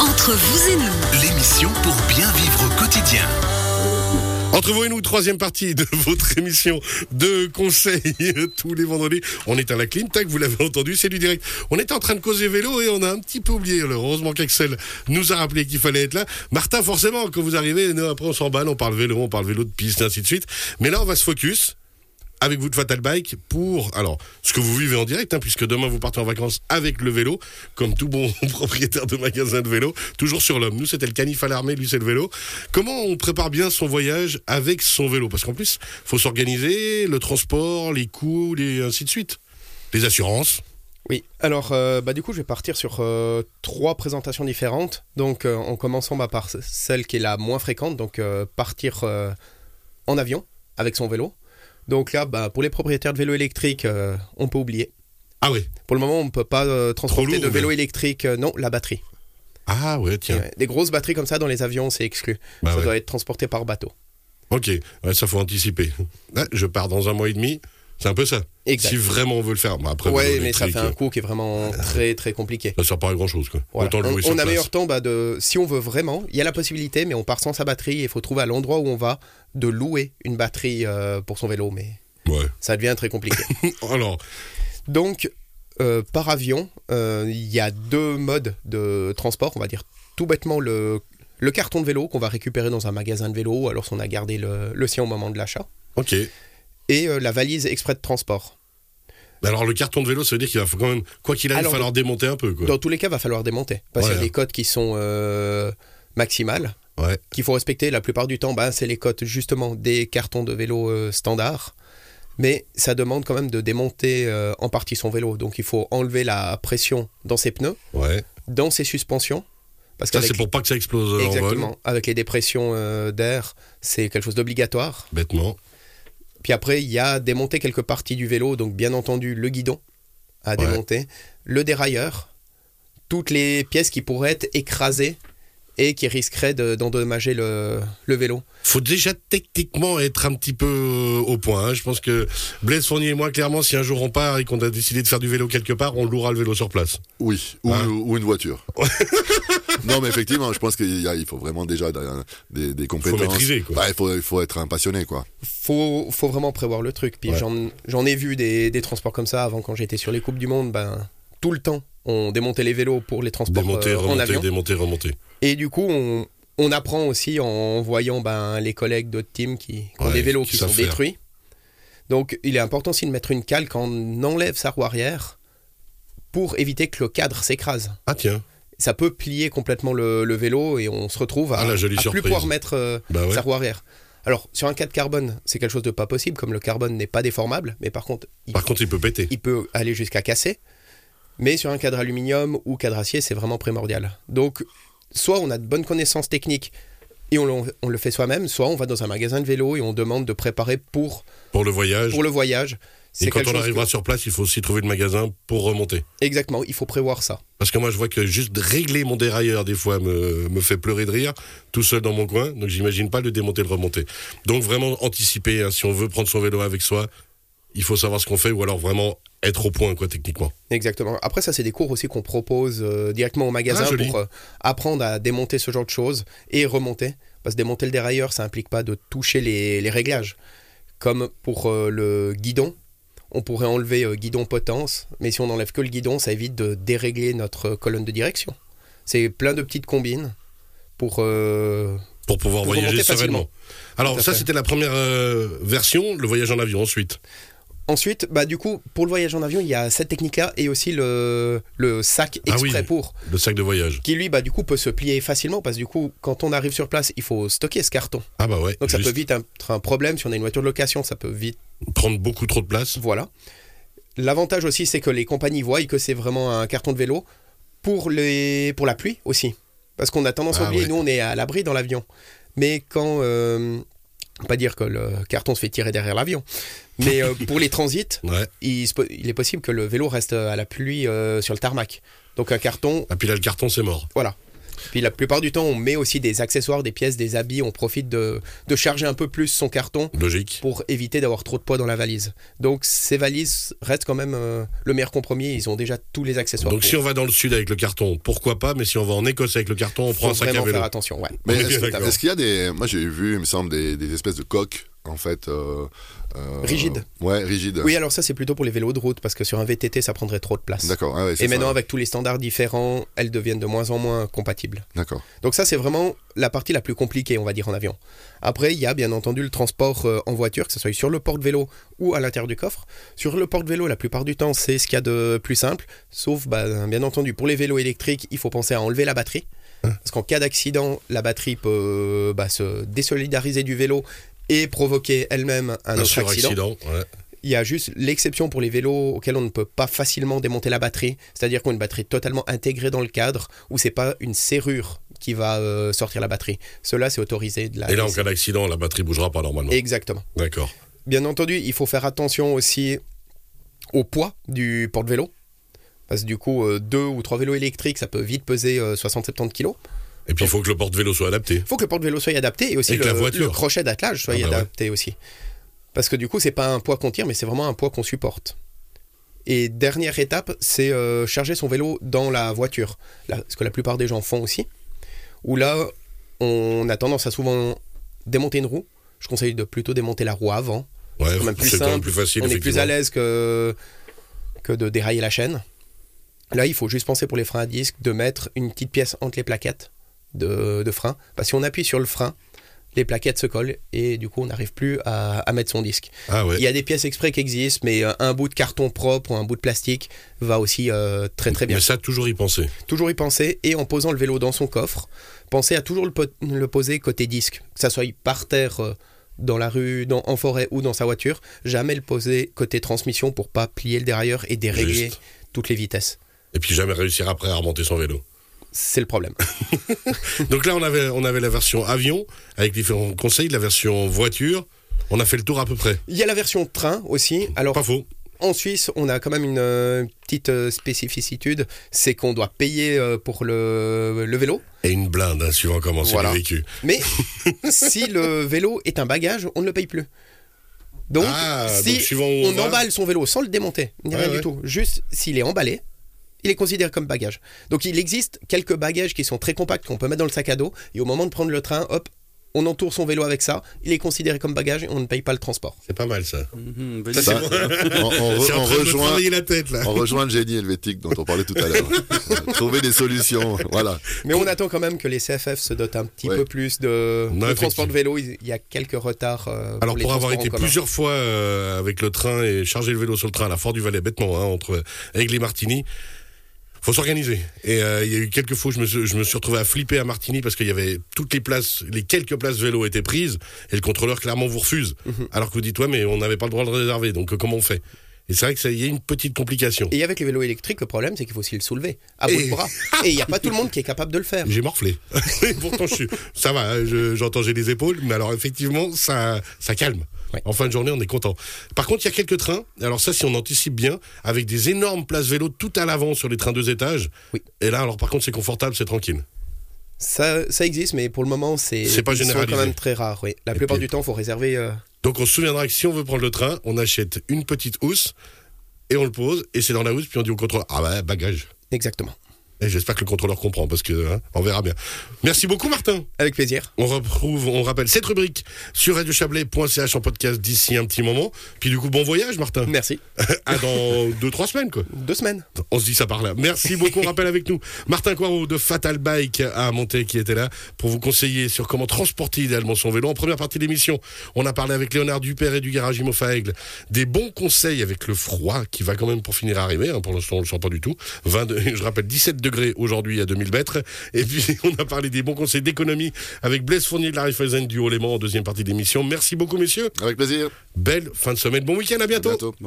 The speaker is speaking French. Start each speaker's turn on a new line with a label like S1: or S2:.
S1: Entre vous et nous,
S2: L'émission pour bien vivre au quotidien.
S3: Entre vous et nous, troisième partie de votre émission de conseil tous les vendredis. On est à la clim, tac, vous l'avez entendu, c'est du direct. On était en train de causer vélo et on a un petit peu oublié. Alors, heureusement qu'Axel nous a rappelé qu'il fallait être là. Martin, forcément, quand vous arrivez, nous, après on s'emballe, on parle vélo, on parle vélo de piste, ainsi de suite. Mais là, on va se focus avec vous de Fatal Bike pour alors ce que vous vivez en direct, hein, puisque demain vous partez en vacances avec le vélo, comme tout bon propriétaire de magasin de vélo, toujours sur l'homme. Nous c'était le canif à l'armée, lui c'est le vélo. Comment on prépare bien son voyage avec son vélo Parce qu'en plus, faut s'organiser, le transport, les coûts, les ainsi de suite, les assurances.
S4: Oui, alors euh, bah, du coup je vais partir sur euh, trois présentations différentes. Donc euh, en commençant bah, par c- celle qui est la moins fréquente, donc euh, partir euh, en avion avec son vélo. Donc là, bah, pour les propriétaires de vélos électriques, euh, on peut oublier.
S3: Ah ouais,
S4: Pour le moment, on ne peut pas euh, transporter
S3: lourd,
S4: de vélo
S3: mais-
S4: électrique, euh, non, la batterie.
S3: ah ouais, tiens,
S4: Ouais, Des grosses batteries comme ça dans les avions, c'est exclu.
S3: Bah
S4: ça
S3: ouais.
S4: doit être transporté par bateau.
S3: ok, ouais, ça faut anticiper. Ah, je pars dans un mois et demi, c'est un peu ça.
S4: Exact.
S3: Si vraiment on veut le faire, Bon, après le
S4: ouais,
S3: vélo
S4: mais ça
S3: électrique, euh,
S4: fait un coût qui est vraiment très très compliqué.
S3: ça sert pas à grand chose quoi.
S4: Voilà.
S3: Autant le
S4: On,
S3: louer
S4: on
S3: sur
S4: a
S3: place.
S4: meilleur temps bah, de, si on veut vraiment, il y a la possibilité, mais on part sans sa batterie. et Il faut trouver à l'endroit où on va de louer une batterie euh, pour son vélo, mais
S3: Ouais.
S4: ça devient très compliqué.
S3: Alors,
S4: Donc, euh, par avion, euh, il y a deux modes de transport. On va dire tout bêtement le, le carton de vélo qu'on va récupérer dans un magasin de vélo, alors si on a gardé le, le sien au moment de l'achat,
S3: ok.
S4: et euh, la valise exprès de transport.
S3: Mais Alors le carton de vélo, ça veut dire qu'il va faut quand même, quoi qu'il arrive,
S4: Alors,
S3: falloir démonter un peu quoi.
S4: Dans tous les cas, va falloir démonter parce qu'il y
S3: Ouais.
S4: a des cotes qui sont euh, maximales.
S3: Ouais.
S4: qu'il faut respecter la plupart du temps, bah, c'est les cotes justement des cartons de vélo euh, standard. Mais ça demande quand même de démonter euh, en partie son vélo. Donc il faut enlever la pression dans ses pneus,
S3: Ouais.
S4: dans ses suspensions. Parce
S3: Ça
S4: qu'avec-
S3: c'est pour pas que ça explose euh, en vol,
S4: exactement, avec les dépressions euh, d'air, c'est quelque chose d'obligatoire.
S3: bêtement.
S4: Puis après, il y a démonter quelques parties du vélo. Donc bien entendu, le guidon à
S3: Ouais.
S4: démonter, le dérailleur, toutes les pièces qui pourraient être écrasées et qui risqueraient de- d'endommager le- le vélo.
S3: Faut déjà techniquement être un petit peu euh, au point. hein. Je pense que Blaise Fournier et moi, clairement, si un jour on part et qu'on a décidé de faire du vélo quelque part, on louera le vélo sur place.
S4: Ah,
S5: Oui, ou,
S3: Hein
S5: ou une voiture. non, mais effectivement, je pense qu'il y a- il faut vraiment déjà d'un- des, des compétences.
S3: maîtriser, quoi.
S5: Bah, il, faut, il faut être un passionné, quoi.
S4: faut, faut vraiment prévoir le truc. Puis
S3: Ouais.
S4: j'en- j'en ai vu des, des transports comme ça avant quand j'étais sur les Coupes du Monde. Ben, tout le temps, on démontait les vélos pour les transports
S3: Démonter,
S4: euh, en
S3: remonter,
S4: avion.
S3: démonter, remonter.
S4: Et du coup, on, on apprend aussi en voyant ben, les collègues d'autres teams qui, qui ont
S3: Ouais,
S4: des vélos
S3: qui
S4: qui, sont
S3: savent faire.
S4: détruits. Donc il est important aussi de mettre une cale quand on enlève sa roue arrière pour éviter que le cadre s'écrase.
S3: Ah tiens,
S4: Ça peut plier complètement le, le vélo et on se retrouve à,
S3: Ah, la jolie
S4: à plus
S3: surprise.
S4: pouvoir mettre euh,
S3: bah ouais.
S4: sa roue arrière. Alors, sur un cas de carbone, c'est quelque chose de pas possible, comme le carbone n'est pas déformable, mais par contre, il,
S3: Par contre, il peut péter.
S4: il peut aller jusqu'à casser. Mais sur un cadre aluminium ou cadre acier, c'est vraiment primordial. Donc, soit on a de bonnes connaissances techniques et on le, on le fait soi-même, soit on va dans un magasin de vélo et on demande de préparer pour,
S3: Pour le voyage.
S4: pour le voyage.
S3: et quand
S4: quelque
S3: on
S4: chose
S3: arrivera sur place, il faut aussi trouver le magasin pour remonter.
S4: que- Exactement, il faut prévoir ça.
S3: Parce que moi, je vois que juste régler mon dérailleur, des fois, me, me fait pleurer de rire, tout seul dans mon coin. Donc, j'imagine pas le démonter, le remonter. Donc, vraiment anticiper. hein, si on veut prendre son vélo avec soi, il faut savoir ce qu'on fait ou alors vraiment être au point, quoi, techniquement.
S4: Exactement. Après, ça, c'est des cours aussi qu'on propose euh, directement au magasin
S3: Ah, joli.
S4: pour euh, apprendre à démonter ce genre de choses et remonter. Parce que démonter le dérailleur, ça implique pas de toucher les, les réglages. Comme pour euh, le guidon, on pourrait enlever euh, guidon potence, mais si on n'enlève que le guidon, ça évite de dérégler notre euh, colonne de direction. C'est plein de petites combines pour. euh,
S3: Pour pouvoir
S4: Pour
S3: voyager
S4: remonter
S3: sereinement.
S4: facilement. Tout
S3: Alors,
S4: à
S3: ça,
S4: fait.
S3: c'était la première euh, version, le voyage en avion ensuite.
S4: Ensuite, bah, du coup, pour le voyage en avion, il y a cette technique-là et aussi le, le sac
S3: Ah
S4: exprès
S3: oui.
S4: pour.
S3: Le sac de voyage.
S4: qui lui bah du coup peut se plier facilement parce que du coup quand on arrive sur place il faut stocker ce carton
S3: Ah, bah ouais.
S4: donc ça
S3: juste
S4: peut vite être un problème si on a une voiture de location ça peut vite
S3: Prendre beaucoup trop de place.
S4: voilà l'avantage aussi c'est que les compagnies voient que c'est vraiment un carton de vélo pour les pour la pluie aussi parce qu'on a tendance à
S3: Ah
S4: oublier
S3: ouais.
S4: nous on est à l'abri dans l'avion mais quand euh, on peut pas dire que le carton se fait tirer derrière l'avion mais euh, pour les transits
S3: Ouais.
S4: il, se peut- il est possible que le vélo reste à la pluie euh, sur le tarmac donc un carton
S3: Et puis là, le carton, c'est mort.
S4: voilà Puis la plupart du temps, on met aussi des accessoires, des pièces, des habits. On profite de, de charger un peu plus son carton
S3: Logique.
S4: pour éviter d'avoir trop de poids dans la valise. Donc ces valises restent quand même euh, le meilleur compromis. Ils ont déjà tous les accessoires.
S3: Donc
S4: pour.
S3: si on va dans le sud avec le carton, pourquoi pas, mais si on va en Écosse avec le carton, on prend un
S4: Faut
S3: sac à
S4: vraiment
S3: vélo.
S4: faire attention. Ouais.
S5: Mais
S3: On est
S5: est-ce
S3: bien d'accord.
S5: est-ce qu'il y a des. Moi, j'ai vu, il me semble, des, des espèces de coques, en fait. Euh, euh,
S4: Rigides.
S5: Ouais, rigides.
S4: Oui, alors ça c'est plutôt pour les vélos de route parce que sur un VTT ça prendrait trop de place.
S5: D'accord. ah ouais, c'est
S4: Et
S5: ça.
S4: maintenant avec tous les standards différents, elles deviennent de moins en moins compatibles.
S5: D'accord.
S4: Donc ça, c'est vraiment la partie la plus compliquée, on va dire, en avion. Après, il y a bien entendu le transport euh, en voiture, que ce soit sur le porte-vélo ou à l'intérieur du coffre. Sur le porte-vélo, la plupart du temps, c'est ce qu'il y a de plus simple. Sauf, bah, bien entendu, pour les vélos électriques, il faut penser à enlever la batterie. Parce qu'en cas d'accident, la batterie peut euh, bah, se désolidariser du vélo et provoquer elle-même un,
S3: Un
S4: autre accident.
S3: suraccident. ouais.
S4: Il y a juste l'exception pour les vélos auxquels on ne peut pas facilement démonter la batterie, c'est-à-dire qu'on a une batterie totalement intégrée dans le cadre, où c'est pas une serrure qui va euh, sortir la batterie. Cela, c'est autorisé de la.
S3: Et là, en cas d'accident, la batterie bougera pas normalement.
S4: Exactement.
S3: D'accord.
S4: Bien entendu, il faut faire attention aussi au poids du porte-vélo, parce que du coup, euh, deux ou trois vélos électriques, ça peut vite peser euh, 60-70 kilos.
S3: Et puis il faut que le porte-vélo soit adapté.
S4: Il faut que le porte-vélo soit adapté et aussi
S3: Et que
S4: le,
S3: la voiture.
S4: le crochet d'attelage soit
S3: Ah bah ouais.
S4: adapté aussi. Parce que du coup, c'est pas un poids qu'on tire, mais c'est vraiment un poids qu'on supporte. Et dernière étape, c'est euh, charger son vélo dans la voiture. Là, ce que la plupart des gens font aussi. Où là, on a tendance à souvent démonter une roue. Je conseille de plutôt démonter la roue avant.
S3: Ouais,
S4: quand même plus
S3: c'est quand même
S4: simple,
S3: plus facile.
S4: on est plus
S3: effectivement.
S4: à l'aise que, que de dérailler la chaîne. Là, il faut juste penser pour les freins à disque de mettre une petite pièce entre les plaquettes de, de frein. Parce que si on appuie sur le frein, les plaquettes se collent et du coup, on n'arrive plus à, à mettre son disque.
S3: Ah ouais.
S4: Il y a des pièces exprès qui existent, mais euh, un bout de carton propre ou un bout de plastique va aussi euh, très très bien.
S3: Mais ça, toujours y penser.
S4: Toujours y penser et en posant le vélo dans son coffre, pensez à toujours le, po- le poser côté disque, que ça soit par terre, euh, dans la rue, dans, en forêt ou dans sa voiture. Jamais le poser côté transmission pour pas plier le dérailleur et dérégler
S3: Juste.
S4: toutes les vitesses.
S3: Et puis jamais réussir après à remonter son vélo.
S4: C'est le problème.
S3: Donc là, on avait, on avait la version avion, avec différents conseils, la version voiture. On a fait le tour à peu près.
S4: Il y a la version train aussi. Alors
S3: Pas faux.
S4: en Suisse, on a quand même une euh, petite euh, spécificitude, c'est qu'on doit payer euh, pour le, le vélo.
S3: Et une blinde, hein, suivant comment c'est
S4: Voilà.
S3: vécu.
S4: Mais si le vélo est un bagage, on ne le paye plus. Donc,
S3: Ah,
S4: si
S3: donc suivant où on
S4: on,
S3: va.
S4: emballe son vélo sans le démonter, ni
S3: Ouais,
S4: rien
S3: ouais.
S4: du tout, juste s'il est emballé, il est considéré comme bagage. Donc, il existe quelques bagages qui sont très compacts qu'on peut mettre dans le sac à dos, et au moment de prendre le train, hop, on entoure son vélo avec ça, il est considéré comme bagage et on ne paye pas le transport.
S3: C'est pas mal ça.
S1: Mhm,
S3: Ça,
S1: bonne
S3: c'est
S5: Ça,
S1: idée.
S3: bon.
S5: on, on re-
S3: C'est en
S5: on
S3: train de me
S5: rejoint,
S3: travailler la tête là.
S5: on rejoint le génie helvétique dont on parlait tout à l'heure. Trouver des solutions. Voilà.
S4: Mais on attend quand même que les CFF se dotent un petit
S5: Ouais.
S4: peu plus de,
S3: Non,
S4: de
S3: effectivement.
S4: transport de vélo. Il y a quelques retards. euh,
S3: Alors
S4: les
S3: pour avoir
S4: transports en
S3: été
S4: commun.
S3: plusieurs fois euh, avec le train et charger le vélo sur le train à la Fort du Valais, bêtement, hein, entre Aigle et Martigny, faut s'organiser. Et euh, il y a eu quelques fois où je me, suis- je me suis retrouvé à flipper à Martigny parce qu'il y avait toutes les places, les quelques places vélo étaient prises et le contrôleur clairement vous refuse.
S4: Mhm.
S3: Alors que vous dites ouais mais on n'avait pas le droit de le réserver, donc euh, comment on fait Et c'est vrai que ça y a une petite complication.
S4: Et avec les vélos électriques, le problème, c'est qu'il faut aussi le soulever à bout
S3: Et-
S4: de bras. Et il n'y a pas tout le monde qui est capable de le faire.
S3: J'ai morflé. Et Pourtant, je suis. Ça va, hein, je- j'entends, j'ai les épaules, mais alors effectivement, ça, ça calme.
S4: Ouais.
S3: En fin de journée, on est content. Par contre, il y a quelques trains, alors ça, si on anticipe bien, avec des énormes places vélo tout à l'avant sur les trains deux étages.
S4: Oui.
S3: Et là, alors par contre, c'est confortable, c'est tranquille.
S4: Ça, ça existe, mais pour le moment, c'est
S3: C'est pas
S4: ils sont
S3: généralisé.
S4: quand même très rare. Oui. La
S3: Et
S4: plupart
S3: puis-
S4: du temps, faut réserver. euh,
S3: Donc, on se souviendra que si on veut prendre le train, on achète une petite housse et on le pose, et c'est dans la housse, puis on dit au contrôleur Ah bah, bagage.
S4: Exactement.
S3: Et j'espère que le contrôleur comprend, parce que hein, on verra bien. Merci beaucoup, Martin.
S4: Avec plaisir.
S3: On reprouve, on rappelle cette rubrique sur radiochablais.ch en podcast d'ici un petit moment. Puis du coup, bon voyage, Martin.
S4: Merci.
S3: À dans deux, trois semaines, quoi.
S4: Deux semaines.
S3: On se dit ça par là. Merci beaucoup. On rappelle avec nous Martin Coirot de Fatal Bike à Monté qui était là pour vous conseiller sur comment transporter idéalement son vélo. En première partie de l'émission, on a parlé avec Léonard Dupère et du garage Imofa Aigle des bons conseils avec le froid qui va quand même pour finir arriver. hein. pour l'instant, on le sent pas du tout. 22, je rappelle 17 degrés aujourd'hui à 2000 mètres. Et puis, on a parlé des bons conseils d'économie avec Blaise Fournier de la Raiffeisen du Haut-Léman en deuxième partie de l'émission. Merci beaucoup, messieurs.
S5: Avec plaisir.
S3: Belle fin de semaine. Bon week-end. À
S5: À bientôt.